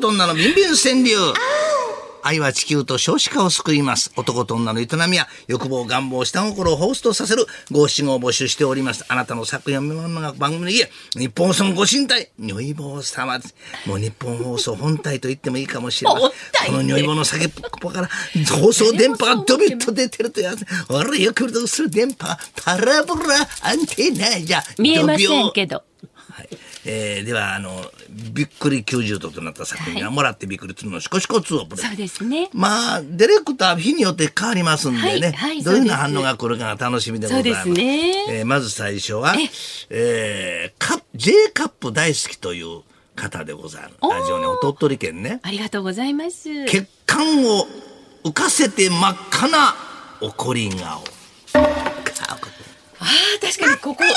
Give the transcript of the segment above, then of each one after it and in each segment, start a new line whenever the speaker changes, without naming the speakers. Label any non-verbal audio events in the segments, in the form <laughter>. と女のビンビン川柳。愛は地球と少子化を救います。男と女の営みや欲望、願望、下心を放出させる五七五を募集しております。あなたの作品を見守が番組で言え、日本そのご神体、如意棒様。もう日本放送本体と言ってもいいかもしれません。
本体
この如意棒の先っぽから放送電波がドビッと出てるというやつ。俺よくどうする電波、パラボラアンテナじゃ。
見えませんけど。
はいえーではあのびっくり90度となった作品はもらってびっくりするのしこしこ2をプレゼン
そうですね。
まあディレクター日によって変わりますんでね、
はいはい
どういうような
そ
反
うです
応が来るかが楽しみでございます
そうですね
えーまず最初は
え、
えー、カ J カップ大好きという方でござる
おー
ラジオにお鳥取県ね
ありがとうございます。
血管を浮かせて真っ赤な怒り顔
ああ、確かにここね、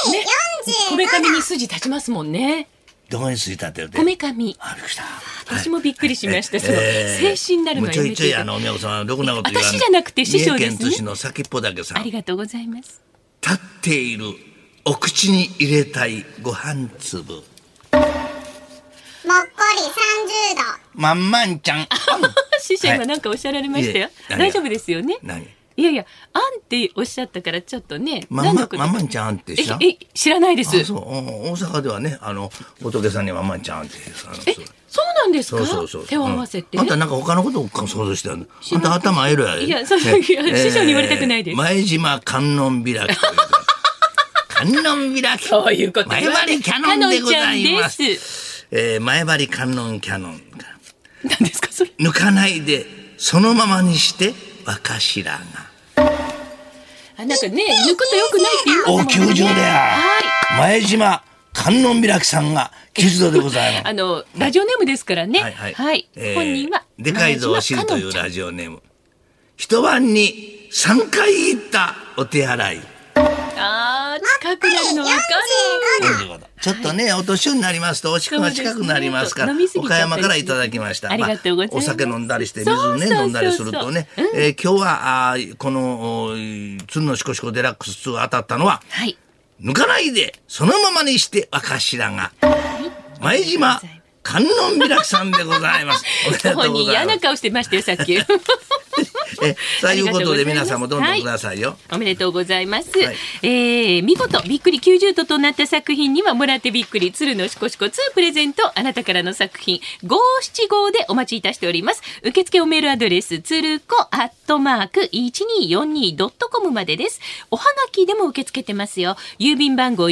こめかみに筋立ちますもんね。
どこについたってるで
こめかみ。
あびっくりした
私もびっくりしまし
は
た
い
その
え
静止になるのは
もうちょいちょい
やめて
あのおみやこさんはろくなこと言わ
私じゃなくて師匠です
三重
ね
県津市の先っぽだけさ
あ
ん
り
立
がとうございます。
っているお口に入れたいご飯粒
もっこり30度
まんまんちゃん
師匠
はい
今なんかおっしゃられましたよ
いえ。何が
大丈夫ですよね。
何
いやいや、あんっておっしゃったからちょっとね、
まん
何の
ま
こと
まんまんちゃんって知らん
え、え、知らないで
あ
す。
そううん大阪ではねあの仏さんにまんまんちゃんってあの
え、
そう
そうなんですか
そうそうそう
手を合わせ
う
て。
んあんたなんか他のことを想像してるのあんた頭エロや
いやそうそういや師匠に言われたくないで
えー
す
前島観音開きという観音開き
<laughs> そういうこと
前
言わない。
張キャノンでございま。
カノンちゃんです
えー、前張観音キャノン。
何ですかそれ。
抜かないで、そのままにして、若頭が。
あなんか
<laughs>
ね、抜くと良くないって言うのも
お、球場でや
はい。
前島観音開きさんが、90度でございま
<laughs> あ
す。
の、ラジオネームですからね。
は
はいい、
は
はいい。
えー
本人は。
でかいぞお
知
尻
る
というラジオネーム。一晩に3回行ったお手洗い。
あー、近くなるのわかる。
45度ちょっとね、お年寄りになりますと、おしくが近くなりますから、
そうですね
岡山からいただきました。
ありがとうございます
あお酒飲んだりして、水
そうそうそう
ね、
そう
飲んだりするとね、
う
えー今日は、あーこの、おー鶴のしこしこデラックス2が当たったのは、
はい。
抜かないで、そのままにして、赤白が、前島、観音開きさんでございます。おめでと
本
うご
人
ざ
嫌
いま
な
す。
顔してましたよ、さ
<laughs>
っき。
え、ということで、
ありがとうございます
皆さんもどんどんくださいよ。
おめでとうございます。
はい
えー見事、びっくり90度となった作品には、もらってびっくり、鶴のしこしこ2プレゼント、あなたからの作品、575でお待ちいたしております。受付おメールアドレス、つるこアットマーク 1242.com までです。おはがきでも受け付けてますよ。郵便番号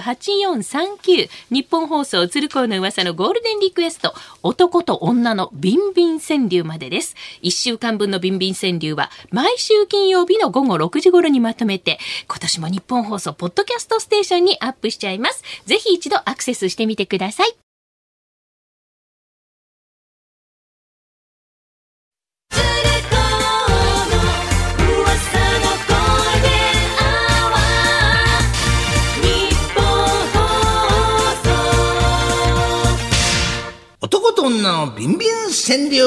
100-8439、日本放送鶴子の噂のゴールデンリクエスト、男と女のビンビン川柳までです。1週間分のビンビン川柳は、毎週金曜日の午後6時頃にまとめて、今年も日本放送ポッドキャストステーションにアップしちゃいます。ぜひ一度アクセスしてみてください。
男と女のビンビン川柳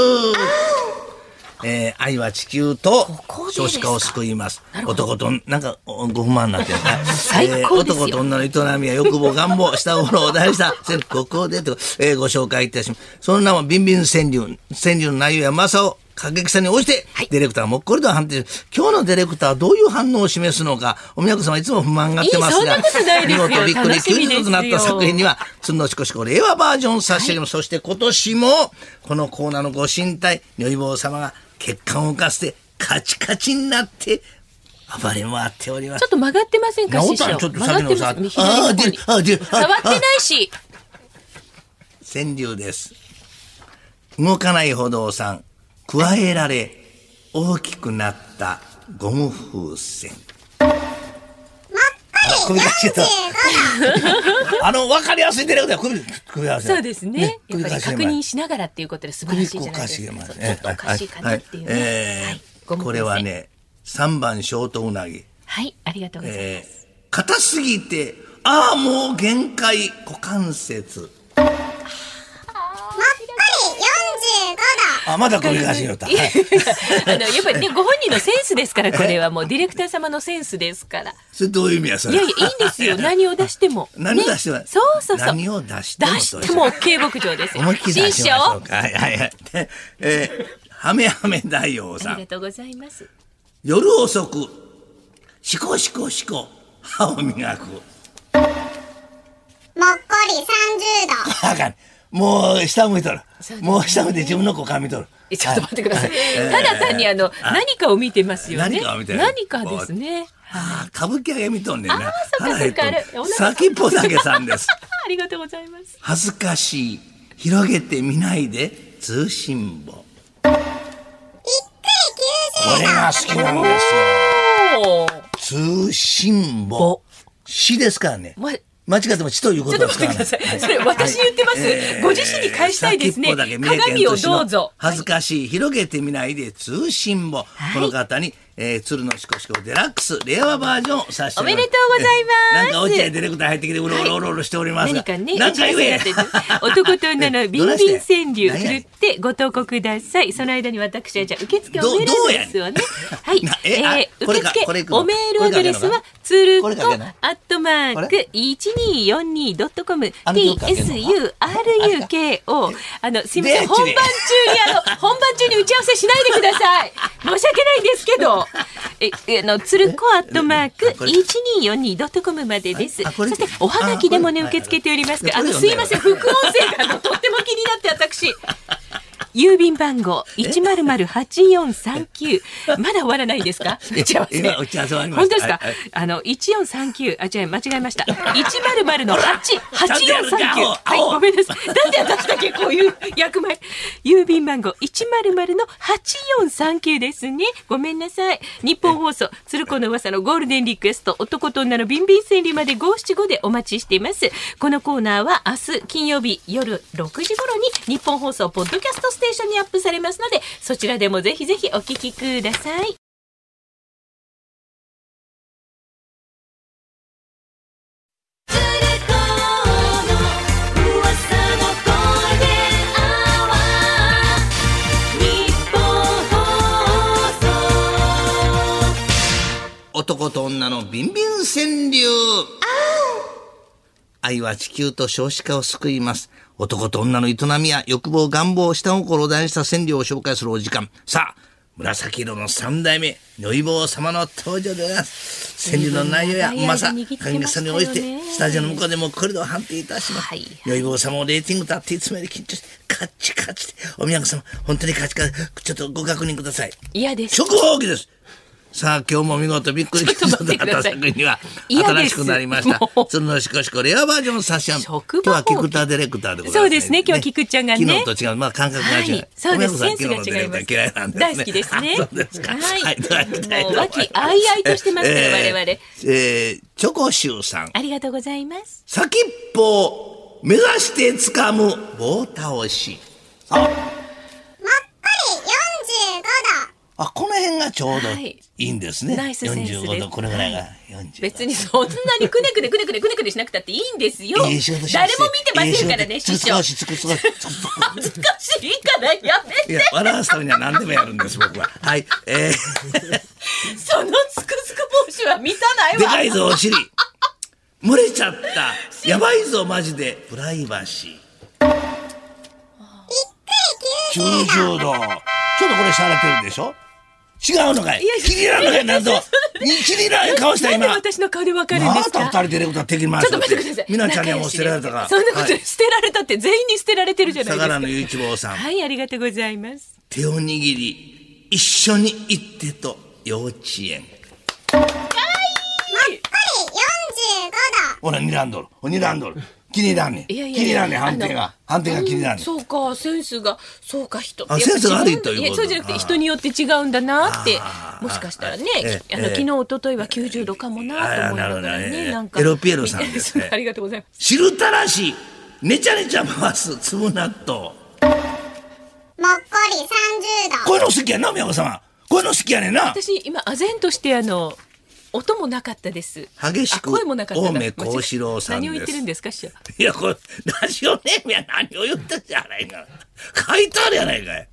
えー、愛は地球と
こでです
少子
か
化を救います。男と、なんかおご不満にな
<laughs>
ってるな
最高ですよ
男と女の営みや欲望、願望、下心を題
<laughs>
した、全部ここでと、えーご紹介いたします。その名もビンビン川柳。川柳の内容やマサを過激さに応じて、ディレクターはもっこりと判定する今日のディレクターはどういう反応を示すのか、おみやこさんはいつも不満がってますが、
いいそんなことないですよ
見事びっくり
楽しみです
90
よ
度となった作品には、つんのしこしこ令和バージョン差し上げます。そして今年も、このコーナーのご神体、如意棒様が血管を浮かせて、カチカチになって、暴れ回っておりま
ちょ
す
っ。と曲がってませんか、
直
師
った
匠。
らちょっと
曲
さっ
が
き
って
の
ま
さ
す。右左の方に
ああ出るあ出るあ
触ってないし。
川柳です。動かない歩道さん、加えられ、大きくなったゴム風船。あ首かしげたあの、わかりやすいディレクター、首、首かしげた
そうですね。やっ
首
ぱ
か
り
しげ
確
ま
認しながらっていうことで素晴らしいじゃないですか。ちょっとおかしいかなっていうね。
は
はいい
えー
ごめんなさい
これは。ね、3番ショートウナギ。
はい、ありがとうございます。
えー硬すぎて、ああ、もう限界、股関節。
もっこり45度
あまだこれが始まった。はい
やあのやっぱりねご本人のセンスですからこれはもうディレクター様のセンスですから
それどういう意味やそ
い
れ。
やいやいいんで
<laughs>
すよ何を出しても
何を出しても
ねそうそうそう
何を出しても
出しても OK 牧場ですよ
思いっきり出しましょ
新
うか。はいはいはい。でえー、はめはめ大王
書
さ
あり
ん
が。とうございます
夜遅く、しこしこしこ、歯を磨く。
もっこり30度。
あかん。もう下向いとる
そう。ですね
もう下向いて自分の股間見とる。
えちょっと待ってください、
はい
ただ単にあの、何かを見てますよね
何かを見てる
何かですね
ああ、歌舞伎揚げ見とんねんな。
あーそっかそっ
腹減っ
か
と
あれお
る
腹
先っぽだけさんです。
あ <laughs> ありがとうございます
恥ずかしい。広げてみないで、通信簿。これが好きなんです
おー
よ。通信簿
ぼ。
詩ですからね。
ま
間違っても血というこ
ちょっ
と
と
は
待
使
って
わな
く
い
ださい。それ私言ってます。
えー
ご自身に返したいで
先
すね
っぽだけ。三重県
鏡を
津市の
どうぞ。
恥ずかしい。広げてみないで通信簿。
い
この方に、えー、鶴のしこしこデラックス、令和バージョンを差し上げ
おめでとうございます
えーなんか落合ディレクター入ってきて、うろうろうろうろしておりますが。
何かね、
何か言え
打
<laughs>
ち合わせがあったり男と女のビンビン川柳、
何や
振る
ねん
ってご投稿ください。その間に私は、じゃあ、受付
ど
おメールアドレス
どうや
は
ねん
ね。はい
な。 <laughs> えあ
えー
これか
受
これい
付
くの
おメールアドレス
これか
は、つる
こ
こ
れかけんの
アットマー
こ
ク 1242.com、
あの曲かけんの
tsuruko。あの、すいませ
レ
ん。
イチ
本番中
で
に、あの、
<laughs>
本番中に打ち合わせしないでください。申し訳ないんですけ
<laughs>
ど。え、えあの、つるこアットマーク
これ
1242.com までです。
あ
そ
これ
して、おはがきでもね、
あこ
受
れ
け付けておりますが、あ
はいは
の、
い
すいません、副音声があのとっても気になって、
<laughs>
私。郵便番号一0 0八四三九まだ終わらないです
<laughs>
か？打ち合わせ。
今打ち合わせ終わりました
本当ですか？
はいはい
あの一四三九あ違う間違えました。一0 0の
<laughs>
八八
ちゃん
四
とや
三
るじゃん
九はい
青青
ごめんなさい。なんで私だけこういう役前郵便番号一0 0の八四三九ですね。ごめんなさい。日本放送鶴子の噂のゴールデンリクエスト男と女のビンビン千里まで五七五でお待ちしています。このコーナーは明日金曜日夜6時頃に日本放送ポッドキャストステーションにアップされますので、そちらでもぜひぜひお聞きください。
男と女のビンビン川柳愛は地球と少子化を救います男と女の営みや欲望願望下心を大にした川柳を紹介するお時間さあ紫色の三代目如意棒様の登場でございます川柳の内容や
随分
うまさ
長い間握ってました
神さ
よね
んに応じてスタジオの向こうでもこれで判定いたします、
はい
如意棒様をレーティングとあっていつもより緊張してカッチカチでお宮様本当にカチカチちょっとご確認ください
嫌です。
食放棄ですさあ今日も見事びっくりキャストだった作品は
嫌で
新
す
しくなりました
もう
鶴のしこしこレアバージョン差し上げ今
食
日
馬放
は
棄
菊田ディレクターでございます
そうですね今日は菊ちゃんがね
昨日と違うまあ感覚が違う、
はい、そうです。
小
セ
宮
ンス
子さ
が
ん昨日のディレ
違います
クター嫌いなん。ですね
大好きですね。
あそうですか
はい
では行きたいと思いま
もう
す
和気あいあいとしてますから、
えー
我々。
えーチョコシュウさん
ありがとうございます。
先っぽを目指して掴む棒倒し
もっこり45度。
あこの辺がちょうど
はいい
いんですね、
ナイスセンスです
45度これぐらいが45度
別にそんなにくねくねくねくねくねくねしなくたっていいんですよ。
いい仕事しま
誰
す
も見てませんから
い
ね、
い仕
師
事
匠。
つくつくつくつくつくつく
恥ずかしいからやめ
いや、笑わすためには何でもやるんです、僕は。はい。え
<laughs> そのつくづく帽子は見たな
ー、で
い
か
わ。
いぞ、お尻。漏れちゃった。やばいぞ、マジで。プライバシー。90度。ちょっとこれしゃれてるでしょ違うのかい
いや
気にならんのかいなんと。気にならん顔した、
なんで
今。
私の顔でわかるん
ま
です
た二
か
人でレコタ敵に回
ちょ
し
っと待ってください。
みなちゃんにはもう捨てられたから。
そんなこと
は
ない
い
捨てられたって全員に捨てられてるじゃないです
相良
か
の。雄一坊さん。
はい、ありがとうございます。
手を握り、一緒に行ってと、幼稚園。
もっこり45度。
ほら、睨んどる。睨んどる。気に入らんねん。気
いやいやいや
に入らんねん、判定
あ
が
の。
判定が気に入らんねん。
そうかセンスがそうか人って
あ
やっぱ
センスが悪い
自分
ということ
やそうじゃな
あ
くて
ー
人によって違うんだなって
あー
もしかしたらね
ええ
あの
ええ
昨日一昨日は90度かもなと思いながら
あーなるほどね
ねなんか
エロピエロさ
<laughs>
んですね
ありがとうございます
汁たらし、ねちゃねちゃ回す、粒納豆。
もっこり30度。
こういうの好きやな、宮本様。こういうの好きやねんな。
私今唖然としてあの音もなかったです
激しく
あ声もなかったな
青梅幸四郎さんです
何を言ってるんですか師匠
いや、これ、ラジオネームや何を言ってんじゃないか。書いてあるやないかい。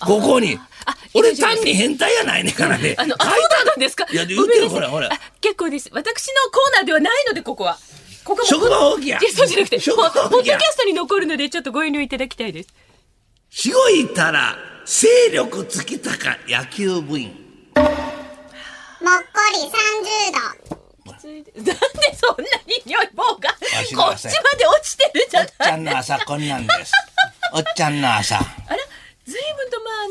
ここに
あ。
俺
いいじゃない
単に変態やないねんからね。
あの、あ、
書
そ
いうた
なんですか
いや、言
ご
う
め
て
ん
る
なさ
ほ
い
らほら
あ。結構です。私のコーナーではないので、ここは。ここも
職場放棄や
いそうじゃなくて、
職
ポ
場
ッポ
放
ッド
棄
キ
や
ャストに残るので、ちょっとご遠慮いただきたいです。
しごいたら、勢力尽きたか野球部員。
もっこり30度
なんでそんなに匂い棒が、こっ
す
ち
い
ま
ま
で
せん
落ちてるじ
お
ゃ
っちゃ
ない
んの朝こんなん
<laughs>
です。おっちゃんの朝。
あら、ずいぶんとまあ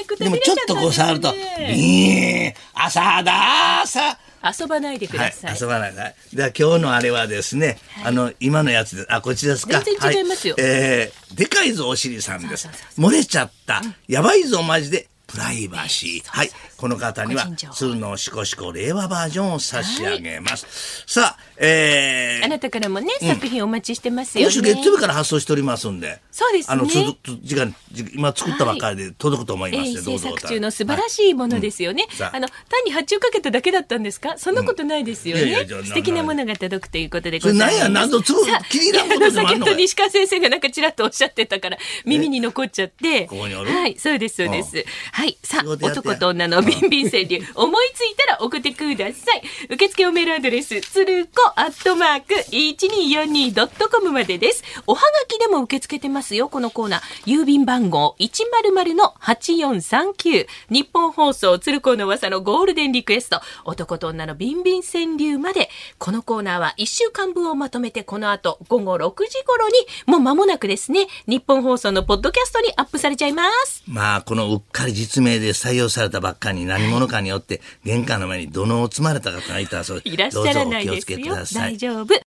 ね、く
で
たび
も
れ
ち
ちゃ
ょ
っ
ったと
ん
こう
です
触ると、
ね。
ビーン朝だ朝
遊ばないでく
は
だ
い、
さい。
遊ばないでください。では今日のあれはですね、あの今のやつで、あこっちですか。
全然違いますよ
はえーでかいぞお尻さんです
そうそ
漏
う。
れちゃった、やばいぞマジで。プライバシー。
そうそうそう
はい。この方には
個人、情報
鶴のしこしこ令和バージョンを差し上げます。さあ、え
あ
ー、
なたからもね、作品お待ちしてますよ
今
ね。
週月曜日から発送しておりますんで。
そうですね
あの、つつ時間、じ今作ったばっかりで届くと思い
え
ます
ー
ので、ど
制
うぞお楽しみに。
作中の素晴
は
ら
い
しいものですよね。
うんさあ
あの単に発注かけただけだったんですか？そんなことないですよね。
うんいやいやじゃあな
素敵なものが届くということで
そ
ご
れ
ざい
な
ます。
んや、なんとつぶ
さあ、
気になることでもあん
いやあの
の
先ほど
か
<laughs>
い
西川先生がなんかちらっとおっしゃってたから耳に残っちゃって。
ここにおる
はい、そうですそうです。はい、さあ
仕事やって
男と女のビンビン川柳、思いついたら送ってください。受付おメールアドレスつるこアットマーク一二四二ドットコムまでです。おはがきでも受け付けてますよこのコーナー。郵便番号一0 0の八四三九日本放送鶴子の噂のゴールデンリクエスト男と女のビンビン川柳までこのコーナーは1週間分をまとめてこの後午後6時頃にもう間もなくですね日本放送のポッドキャストにアップされちゃいます
まあ、このうっかり実名で採用されたばっかりに何者かによって、玄関の前に土のを積まれた方がいたそう
<laughs> いらっしゃらない
どうぞお気をつ
です
けく
よ
ださい
大。丈夫